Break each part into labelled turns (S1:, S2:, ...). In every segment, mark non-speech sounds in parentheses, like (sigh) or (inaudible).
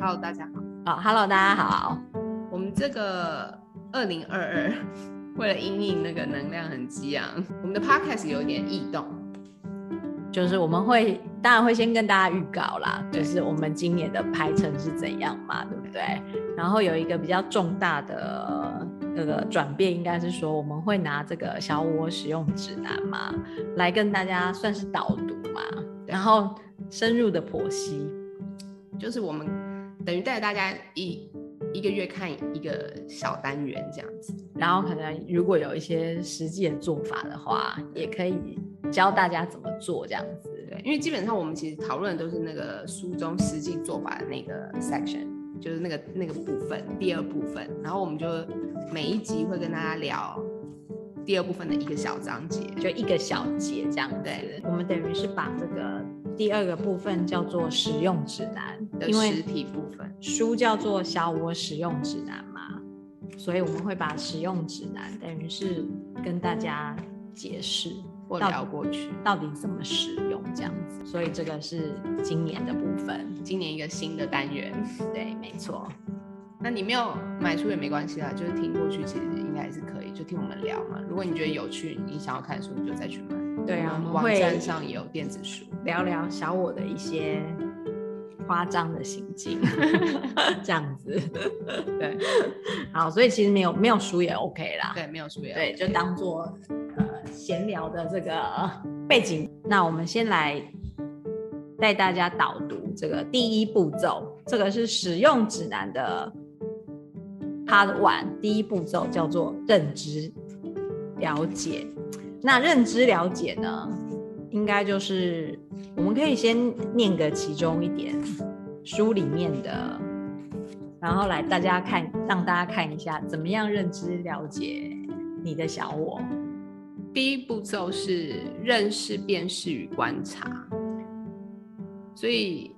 S1: Hello，大家好。
S2: 哦，Hello，大家好。
S1: 我们这个二零二二，为了因应那个能量很激昂，我们的 Podcast 有一点异动。
S2: 就是我们会当然会先跟大家预告啦，
S1: 对
S2: 就是我们今年的排程是怎样嘛，对不对？然后有一个比较重大的那个转变，应该是说我们会拿这个小我使用指南嘛，来跟大家算是导读嘛，
S1: 对
S2: 然后深入的剖析。
S1: 就是我们等于带大家一一个月看一个小单元这样子。
S2: 然后可能如果有一些实际的做法的话，也可以教大家怎么做这样子。
S1: 对，因为基本上我们其实讨论的都是那个书中实际做法的那个 section，就是那个那个部分，第二部分。然后我们就每一集会跟大家聊第二部分的一个小章节。
S2: 就一个小节这样子
S1: 对。
S2: 我们等于是把这个第二个部分叫做使用指南，
S1: 的
S2: 因
S1: 实
S2: 为
S1: 体部分，
S2: 书叫做《小我使用指南》嘛，所以我们会把使用指南等于是跟大家解释
S1: 或
S2: 到
S1: 聊过去。
S2: 到底怎么使用这样子。所以这个是今年的部分，
S1: 今年一个新的单元，
S2: 对，没错。
S1: 那你没有买书也没关系啦，就是听过去其实应该还是可以，就听我们聊嘛。如果你觉得有趣，你想要看书，你就再去买。
S2: 对啊，
S1: 我们
S2: 我
S1: 网
S2: 们会
S1: 站上也有电子书。
S2: 聊聊小我的一些夸张的行 (laughs) 径，这样子。 (laughs)
S1: 对
S2: 好，所以其实没有没有书也 OK 啦。
S1: 对，没有书也有
S2: 对，就当做呃闲聊的这个背景。那我们先来带大家导读这个第一步骤，这个是使用指南的 Part One，第一步骤叫做认知了解。那认知了解呢，应该就是我们可以先念个其中一点书里面的，然后来大家看，让大家看一下怎么样认知了解你的小我。
S1: 第一步骤是认识、辨识与观察。所以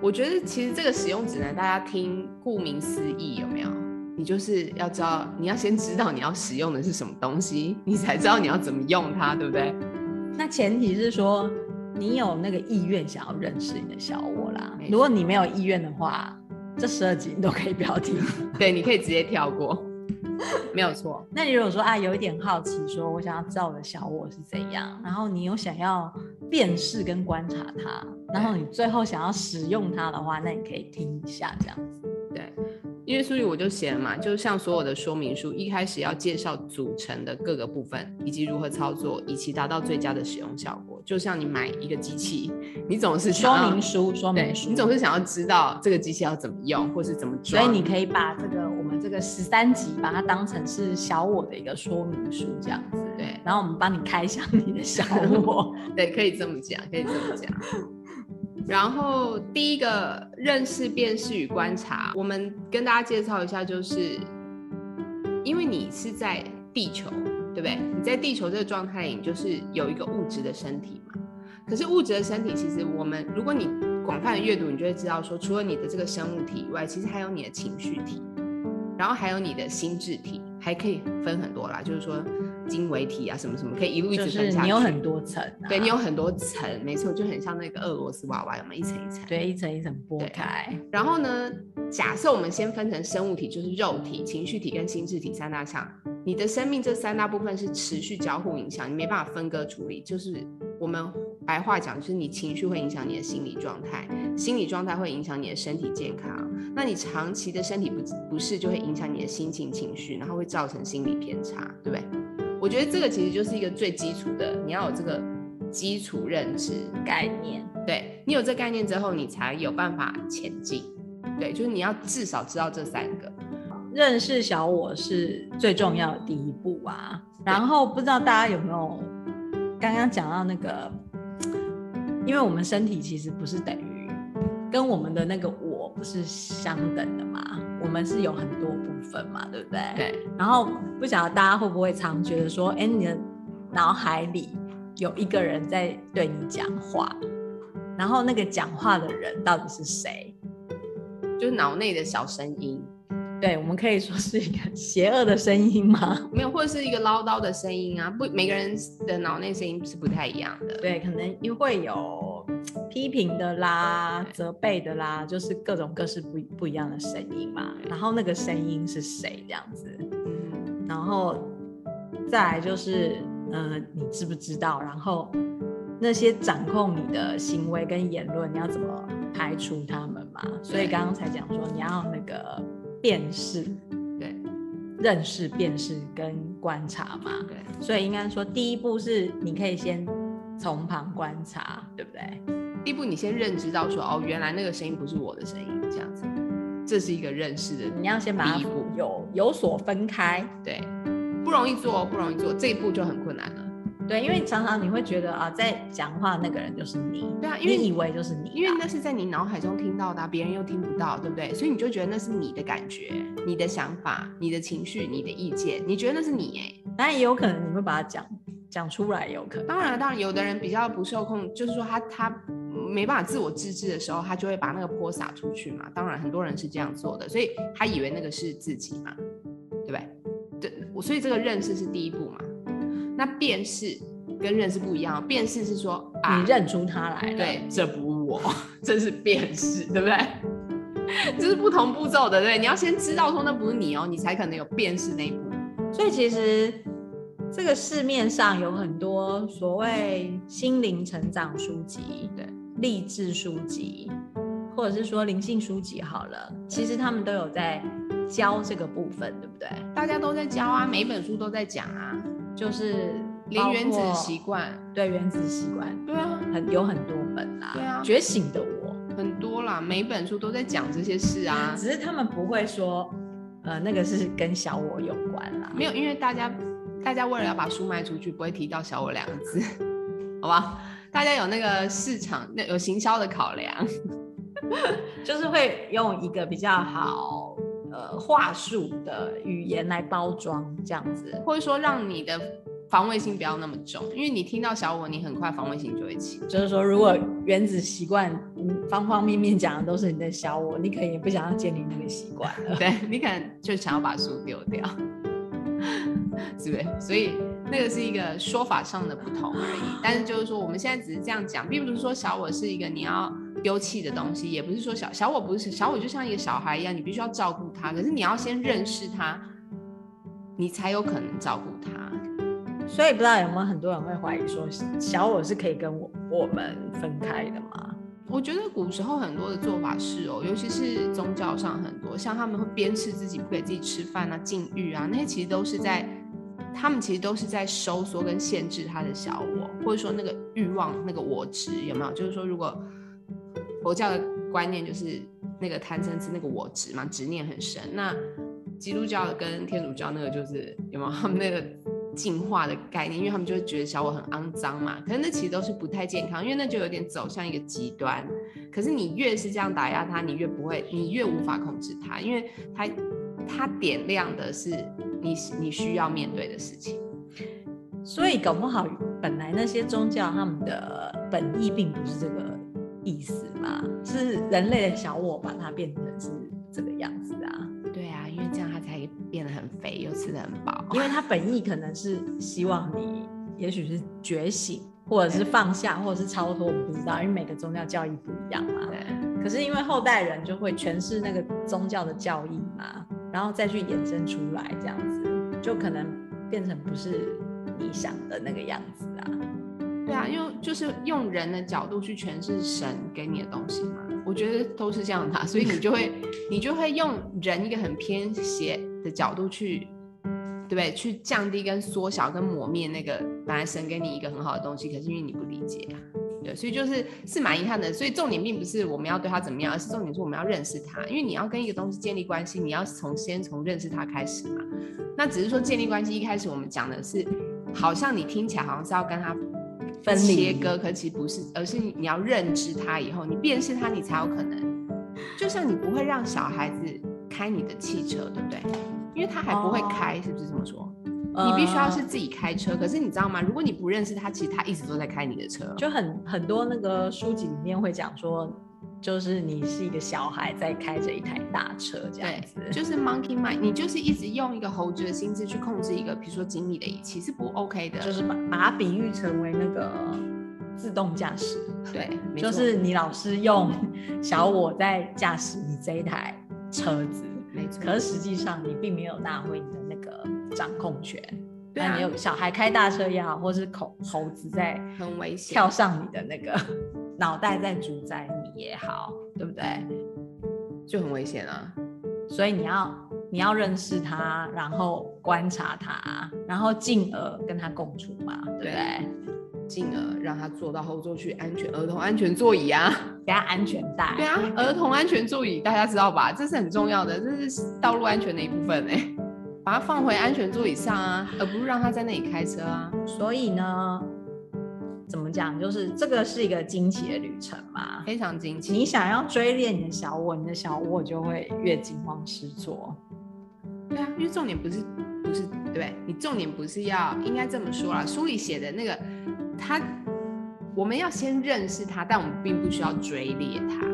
S1: 我觉得，其实这个使用指南，大家听，顾名思义，有没有？你就是要知道，你要先知道你要使用的是什么东西，你才知道你要怎么用它，对不对？
S2: 那前提是说你有那个意愿想要认识你的小我啦
S1: 没。错
S2: 如果你没有意愿的话，这十二集你都可以不要听。
S1: 对，你可以直接跳过，没有错。
S2: 那你如果说啊，有一点好奇，说我想要知道我的小我是怎样，然后你有想要辨识跟观察它，然后你最后想要使用它的话，那你可以听一下这样子。
S1: 对，因为书里我就写了嘛，就像所有的说明书，一开始要介绍组成的各个部分以及如何操作，以及达到最佳的使用效果。就像你买一个机器，你总是想要
S2: 说明书，说
S1: 对
S2: 明书，
S1: 你总是想要知道这个机器要怎么用，或是怎么
S2: 所
S1: 装。
S2: 以你可以把这个我们这个十三集，把它当成是小我的一个说明书这样子。
S1: 对
S2: 然后我们帮你开箱你的小我，
S1: 对，可以这么讲，可以这么讲。然后第一个认识、辨识与观察，我们跟大家介绍一下，就是因为你是在地球，对不对？你在地球这个状态里，你就是有一个物质的身体嘛。可是物质的身体，其实我们如果你广泛的阅读，你就会知道说，除了你的这个生物体以外，其实还有你的情绪体，然后还有你的心智体，还可以分很多啦，就是说经维体啊，什么什么，可以一 (laughs) 路一
S2: 就
S1: 直
S2: 是
S1: 分下去。
S2: 你有很多层、啊，
S1: 对你有很多层，没错，就很像那个俄罗斯娃娃，有没有一层一层？。
S2: 对一层一层剥开，
S1: 然后呢，假设我们先分成生物体，就是肉体、情绪体跟心智体三大项。你的生命这三大部分是持续交互影响，你没办法分割处理。就是我们白话讲，就是你情绪会影响你的心理状态，心理状态会影响你的身体健康。那你长期的身体不不适，就会影响你的心情、情绪，然后会造成心理偏差，对不对？我觉得这个其实就是一个最基础的，你要有这个基础认知，
S2: 概念。
S1: 对你有这概念之后，你才有办法前进。对，就是你要至少知道这三个。
S2: 认识小我是最重要的第一步啊。然后不知道大家有没有刚刚讲到那个，因为我们身体其实不是等于跟我们的那个我不是相等的嘛，我们是有很多部分嘛，对不对？。
S1: 对，
S2: 然后不晓得大家会不会常觉得说，哎，你的脑海里有一个人在对你讲话，然后那个讲话的人到底是谁？
S1: 就是脑内的小声音，
S2: 对，我们可以说是一个邪恶的声音吗？
S1: 没有，或者是一个唠叨的声音啊，不，每个人的脑内声音是不太一样的。
S2: 对，可能也会有批评的啦、责备的啦，就是各种各式不不一样的声音嘛。然后那个声音是谁这样子，
S1: 嗯，
S2: 然后再来就是，呃，你知不知道？然后那些掌控你的行为跟言论，你要怎么排除他们嘛？所以
S1: 对
S2: 刚刚才讲说，你要那个辨识、
S1: 对
S2: 认识、辨识跟观察嘛。
S1: 对
S2: 所以应该说，第一步是你可以先从旁观察，对不对？
S1: 第一步，你先认知到说，哦，原来那个声音不是我的声音，这样子，这是一个认识的，
S2: 你要先把它
S1: 第一步
S2: 有有所分开，
S1: 对，不容易做哦，不容易做，这一步就很困难了。
S2: 对，因为常常你会觉得啊，在讲话那个人就是你，
S1: 对啊因为
S2: 你以为就是你啊，
S1: 因为那是在你脑海中听到的啊、别人又听不到，对不对？所以你就觉得那是你的感觉、你的想法、你的情绪、你的意见，你觉得那是你哎、
S2: 当然也有可能你会把它讲讲出来，也有可能。
S1: 当然，当然，有的人比较不受控，就是说他他没办法自我自制的时候，他就会把那个泼洒出去嘛。当然，很多人是这样做的，所以他以为那个是自己嘛，对不对？对，我所以这个认识是第一步嘛。那辨识跟认识不一样，辨识是说啊，
S2: 你认出他来了，
S1: 对，这不是我，这是辨识，对不 (laughs) 对？这是不同步骤的，对，你要先知道说那不是你哦，你才可能有辨识那一步。
S2: 所以其实这个市面上有很多所谓心灵成长书籍、
S1: 对
S2: 励志书籍，或者是说灵性书籍好了，其实他们都有在教这个部分，对不对？
S1: 大家都在教啊，每一本书都在讲啊，
S2: 就是
S1: 连原子
S2: 包括
S1: 习惯，
S2: 对原子习惯
S1: 对啊，
S2: 很有很多本啦，
S1: 对啊
S2: 觉醒的我，
S1: 很多啦，每一本书都在讲这些事 (laughs) 啊。
S2: 只是他们不会说，呃，那个是跟小我有关啦，
S1: 没有，因为大家大家为了要把书卖出去，不会提到小我两个字， (laughs) 好吧？大家有那个市场，那有行销的考量，
S2: 就是会用一个比较好呃话术的语言来包装这样子。
S1: 或者说让你的防卫心不要那么重，因为你听到小我，你很快防卫心就会起。
S2: 就是说，如果原子习惯嗯方方面面讲的都是你的小我，你可能也不想要建立那个习惯了。
S1: 对你可能就想要把书丢掉，是不是？所以那个是一个说法上的不同而已。但是就是说，我们现在只是这样讲，并不是说小我是一个你要丢弃的东西，也不是说小小我不是小我，就像一个小孩一样，你必须要照顾他。可是你要先认识他，你才有可能照顾他。
S2: 所以不知道有没有很多人会怀疑说，小我是可以跟我我们分开的吗？
S1: 我觉得古时候很多的做法是哦，尤其是宗教上很多，像他们会鞭笞自己不给自己吃饭啊、禁欲啊，那些其实都是在，他们其实都是在收缩跟限制他的小我，或者说那个欲望、那个我执有没有？就是说，如果佛教的观念就是那个贪嗔痴那个我执嘛，执念很深。那基督教的跟天主教那个就是有没有他们那个进化的概念？因为他们就会觉得小我很肮脏嘛，可是那其实都是不太健康，因为那就有点走向一个极端。可是你越是这样打压它，你越不会，你越无法控制它，因为它它点亮的是你你需要面对的事情。
S2: 所以搞不好本来那些宗教他们的本意并不是这个意思嘛，是人类的小我把它变成是这个样子啊。
S1: 对啊，因为这样它才变得很肥，又吃得很 (laughs) 饱。
S2: 因为他本意可能是希望你，也许是觉醒，或者是放下，或者是超脱，我不知道，因为每个宗教教义不一样嘛。
S1: 对。
S2: 可是因为后代人就会诠释那个宗教的教义嘛，然后再去衍生出来，这样子就可能变成不是你想的那个样子啊。
S1: 对啊，因为就是用人的角度去诠释神给你的东西嘛，我觉得都是这样的啊、所以你就会你就会用人一个很偏斜的角度去，对不对？去降低跟缩小跟磨灭那个本来神给你一个很好的东西，可是因为你不理解啊，对，所以就是是蛮遗憾的。所以重点并不是我们要对他怎么样，而是重点是我们要认识他，因为你要跟一个东西建立关系，你要从先从认识他开始嘛。那只是说建立关系一开始我们讲的是，好像你听起来好像是要跟他
S2: 分
S1: 切
S2: 离
S1: 割，可其实不是，而是你你要认知他以后，你辨识他，你才有可能。就像你不会让小孩子开你的汽车，对不对？因为他还不会开，是不是这么说？你必须要是
S2: 呃
S1: 自己开车。可是你知道吗？如果你不认识他，其实他一直都在开你的车。
S2: 就很很多那个书籍里面会讲说，就是你是一个小孩在开着一台大车这样子，
S1: 对，就是 monkey mind，你就是一直用一个猴子的心智去控制一个，比如说精密的仪器是不 OK 的。
S2: 就是把把它比喻成为那个自动驾驶，
S1: 对，没
S2: 就
S1: 错
S2: 是你老是用小我在驾驶你这一台车子，
S1: 没错，
S2: 可是实际上你并没有拿回你的那个掌控权。
S1: 对
S2: 那
S1: 啊
S2: 你，有小孩开大车也好，或是猴猴子在
S1: 很危险，
S2: 跳上你的那个脑袋在主宰你也好，对不对？
S1: 就很危险啊。
S2: 所以你要你要认识它，然后观察它，然后进而跟它共处嘛，对不
S1: 对
S2: 对？
S1: 进而让他坐到后座去安全儿童安全座椅啊，
S2: 给它安全带。
S1: 对啊，儿童安全座椅大家知道吧？这是很重要的，
S2: 嗯
S1: 这是道路安全的一部分哎、把它放回安全座椅上啊，而不是让他在那里开车啊。
S2: 所以呢，怎么讲？就是这个是一个惊奇的旅程嘛。
S1: 非常惊奇，
S2: 你想要追恋你的小我，你的小我就会越惊慌失措。
S1: 对啊，因为重点不是不是对不对，你重点不是要应该这么说啦。书里写的那个他，我们要先认识他，但我们并不需要追猎他，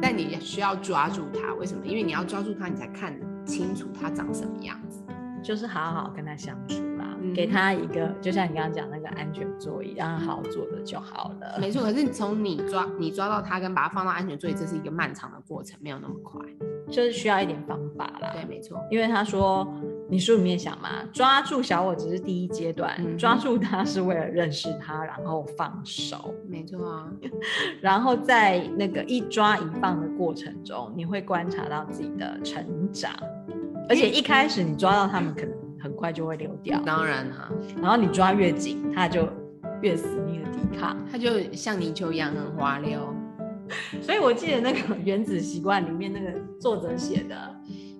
S1: 但你也需要抓住他。为什么？因为你要抓住他，你才看得清楚他长什么样子。
S2: 就是好好跟他相处啦，
S1: 嗯
S2: 给他一个，就像你刚刚讲那个安全座椅，让他好好坐着就好了。
S1: 没错，可是你从你抓你抓到他跟把他放到安全座椅，这是一个漫长的过程，没有那么快。
S2: 就是需要一点方法啦。
S1: 对，没错，
S2: 因为他说，你书里面想嘛，抓住小我只是第一阶段，
S1: 嗯
S2: 抓住他是为了认识他，然后放手，
S1: 没错啊，
S2: 然后在那个一抓一放的过程中，你会观察到自己的成长，而且一开始你抓到他们，可能很快就会流掉，
S1: 当然啊，
S2: 然后你抓越紧，他就越死命的抵抗。
S1: 他就像泥鳅一样很滑溜。
S2: 所以我记得那个《原子习惯》里面那个作者写的，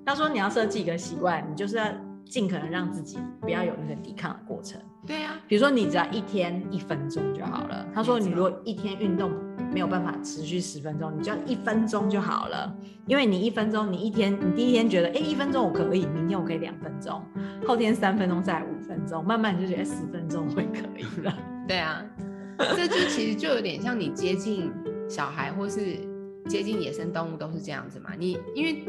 S2: 他说你要设计一个习惯，你就是要尽可能让自己不要有那个抵抗的过程。
S1: 对啊，
S2: 比如说你只要一天一分钟就好了。他说
S1: 没错
S2: 你如果一天运动没有办法持续十分钟，你就要一分钟就好了，因为你一分钟，你一天，你第一天觉得哎、诶一分钟我可以，明天我可以两分钟，后天三分钟，再来五分钟，慢慢你就觉得十分钟我也可以了。
S1: 对啊，这就其实就有点像你接近小孩或是接近野生动物都是这样子嘛。你因为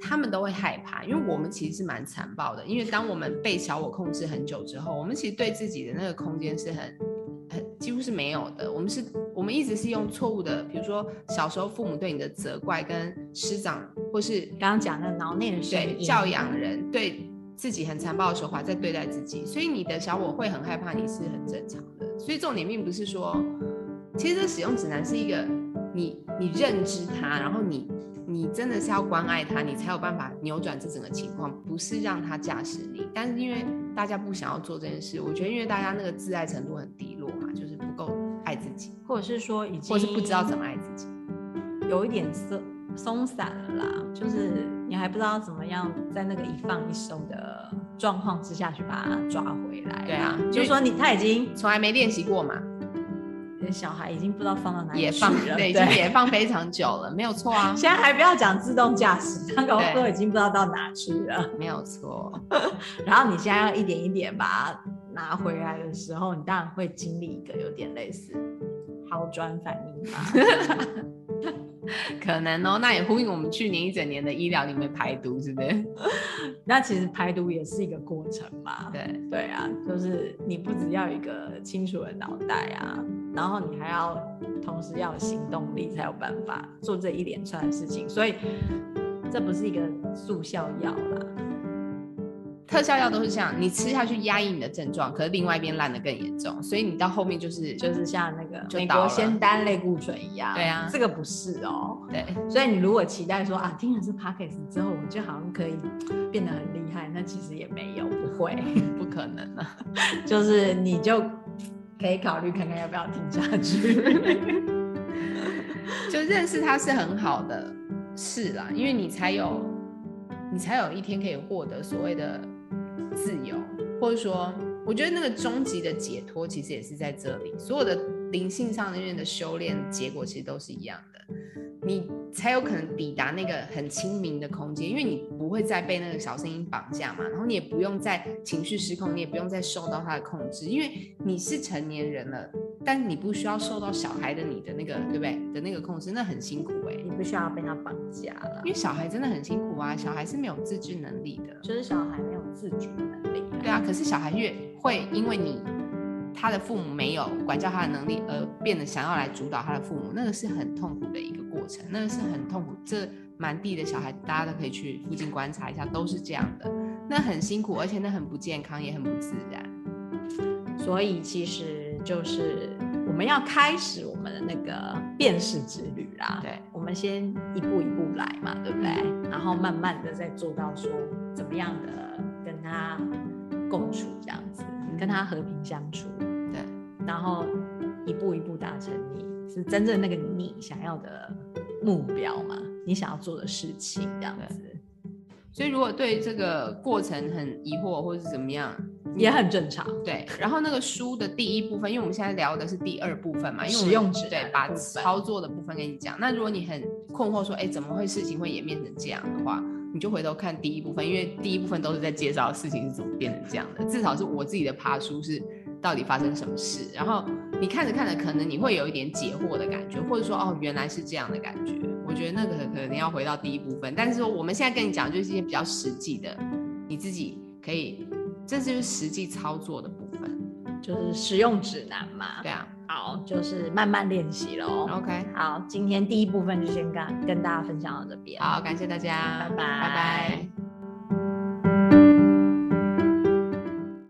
S1: 他们都会害怕，因为我们其实是蛮残暴的。因为当我们被小我控制很久之后，我们其实对自己的那个空间是很。很几乎是没有的，我们是，我们一直是用错误的，比如说小时候父母对你的责怪跟师长或是
S2: (laughs) 刚刚讲的脑内的声
S1: 对
S2: 音
S1: 教养人对自己很残暴的手法在对待自己，所以你的小我会很害怕，你是很正常的。所以重点并不是说，其实这使用指南是一个你你认知它，然后你你真的是要关爱它，你才有办法扭转这整个情况，不是让它驾驶你。但是因为大家不想要做这件事，我觉得因为大家那个自爱程度很低落嘛，就是不够爱自己，
S2: 或者是说已经
S1: 或是不知道怎么爱自己。
S2: 有一点松松散了啦，就是你还不知道怎么样在那个一放一收的状况之下去把它抓回来啦。
S1: 对啊
S2: 就是说你他已经
S1: 从来没练习过嘛，
S2: 小孩已经不知道放到哪里
S1: 也
S2: 去
S1: 放
S2: 了，
S1: 对，
S2: (laughs)
S1: 已经也放非常久了，没有错啊。
S2: 现在还不要讲自动驾驶，那个
S1: 对
S2: 都已经不知道到哪去了。
S1: 没有错，
S2: 然后你现在要一点一点把它拿回来的时候，你当然会经历一个有点类似抛砖反应
S1: (laughs)
S2: 吧。
S1: 可能哦。那也呼应我们去年一整年的医疗里面排毒，是不是？
S2: 那其实排毒也是一个过程嘛。
S1: 对，
S2: 对啊，就是你不只要有一个清楚的脑袋啊，然后你还要同时要有行动力，才有办法做这一连串的事情。所以这不是一个速效药啦，
S1: (laughs) 特效药都是这样，你吃下去压抑你的症状，可是另外一边烂得更严重，所以你到后面就是
S2: 就是像那个
S1: 就
S2: 美
S1: 倒
S2: 国
S1: 了
S2: 仙丹类固醇一样。
S1: 对啊
S2: 这个不是哦。
S1: 对
S2: 所以你如果期待说啊，听了这 podcast 之后，我就好像可以变得很厉害，那其实也没有，不会，
S1: (laughs) 不可能啊。
S2: (laughs) 就是你就可以考虑看看要不要听下
S1: (laughs)
S2: 去。
S1: 就认识它是很好的事啦，因为你才有你才有一天可以获得所谓的自由，或者说，我觉得那个终极的解脱其实也是在这里，所有的灵性上面的修炼结果其实都是一样的。你才有可能抵达那个很清明的空间，因为你不会再被那个小声音绑架嘛，然后你也不用再情绪失控，你也不用再受到他的控制，因为你是成年人了，但你不需要受到小孩的你的那个对不对的那个控制，那很辛苦哎、
S2: 你不需要被他绑架了
S1: 因，为小孩真的很辛苦啊，小孩是没有自制能力的。啊
S2: 就是小孩没有自主能力、
S1: 对啊，可是小孩越会因为你他的父母没有管教他的能力，而变得想要来主导他的父母，那个是很痛苦的一个过程，那个是很痛苦。这满地的小孩，大家都可以去附近观察一下，都是这样的，那很辛苦，而且那很不健康，也很不自然。
S2: 所以其实就是我们要开始我们的那个辨识之旅啦。
S1: 对，
S2: 我们先一步一步来嘛，对不对？然
S1: 嗯
S2: 后慢慢的再做到说怎么样的跟他共处这样子，
S1: 嗯
S2: 跟他和平相处，
S1: 对，
S2: 然后一步一步达成你是真正那个你想要的目标嘛，你想要做的事情这样子，
S1: 所以如果对这个过程很疑惑或是怎么样，
S2: 也很正常。
S1: 对，然后那个书的第一部分，因为我们现在聊的是第二部分嘛，因为我
S2: 使
S1: 们
S2: 用指
S1: 对
S2: 南
S1: 把
S2: 的部分
S1: 操作的部分跟你讲。那如果你很困惑说，哎，怎么会事情会演变成这样的话，你就回头看第一部分，因为第一部分都是在介绍事情是怎么变成这样的，至少是我自己的爬书是到底发生什么事。然后你看着看着，可能你会有一点解惑的感觉，或者说哦，原来是这样的感觉。我觉得那个可能要回到第一部分，但是说我们现在跟你讲就是一些比较实际的，你自己可以，这就是实际操作的部分。
S2: 就是使用指南嘛
S1: 对，啊
S2: 好，就是慢慢练习喽。
S1: ，OK，
S2: 好，今天第一部分就先跟跟大家分享到这边，
S1: 好，感谢大家，
S2: 拜拜
S1: 拜拜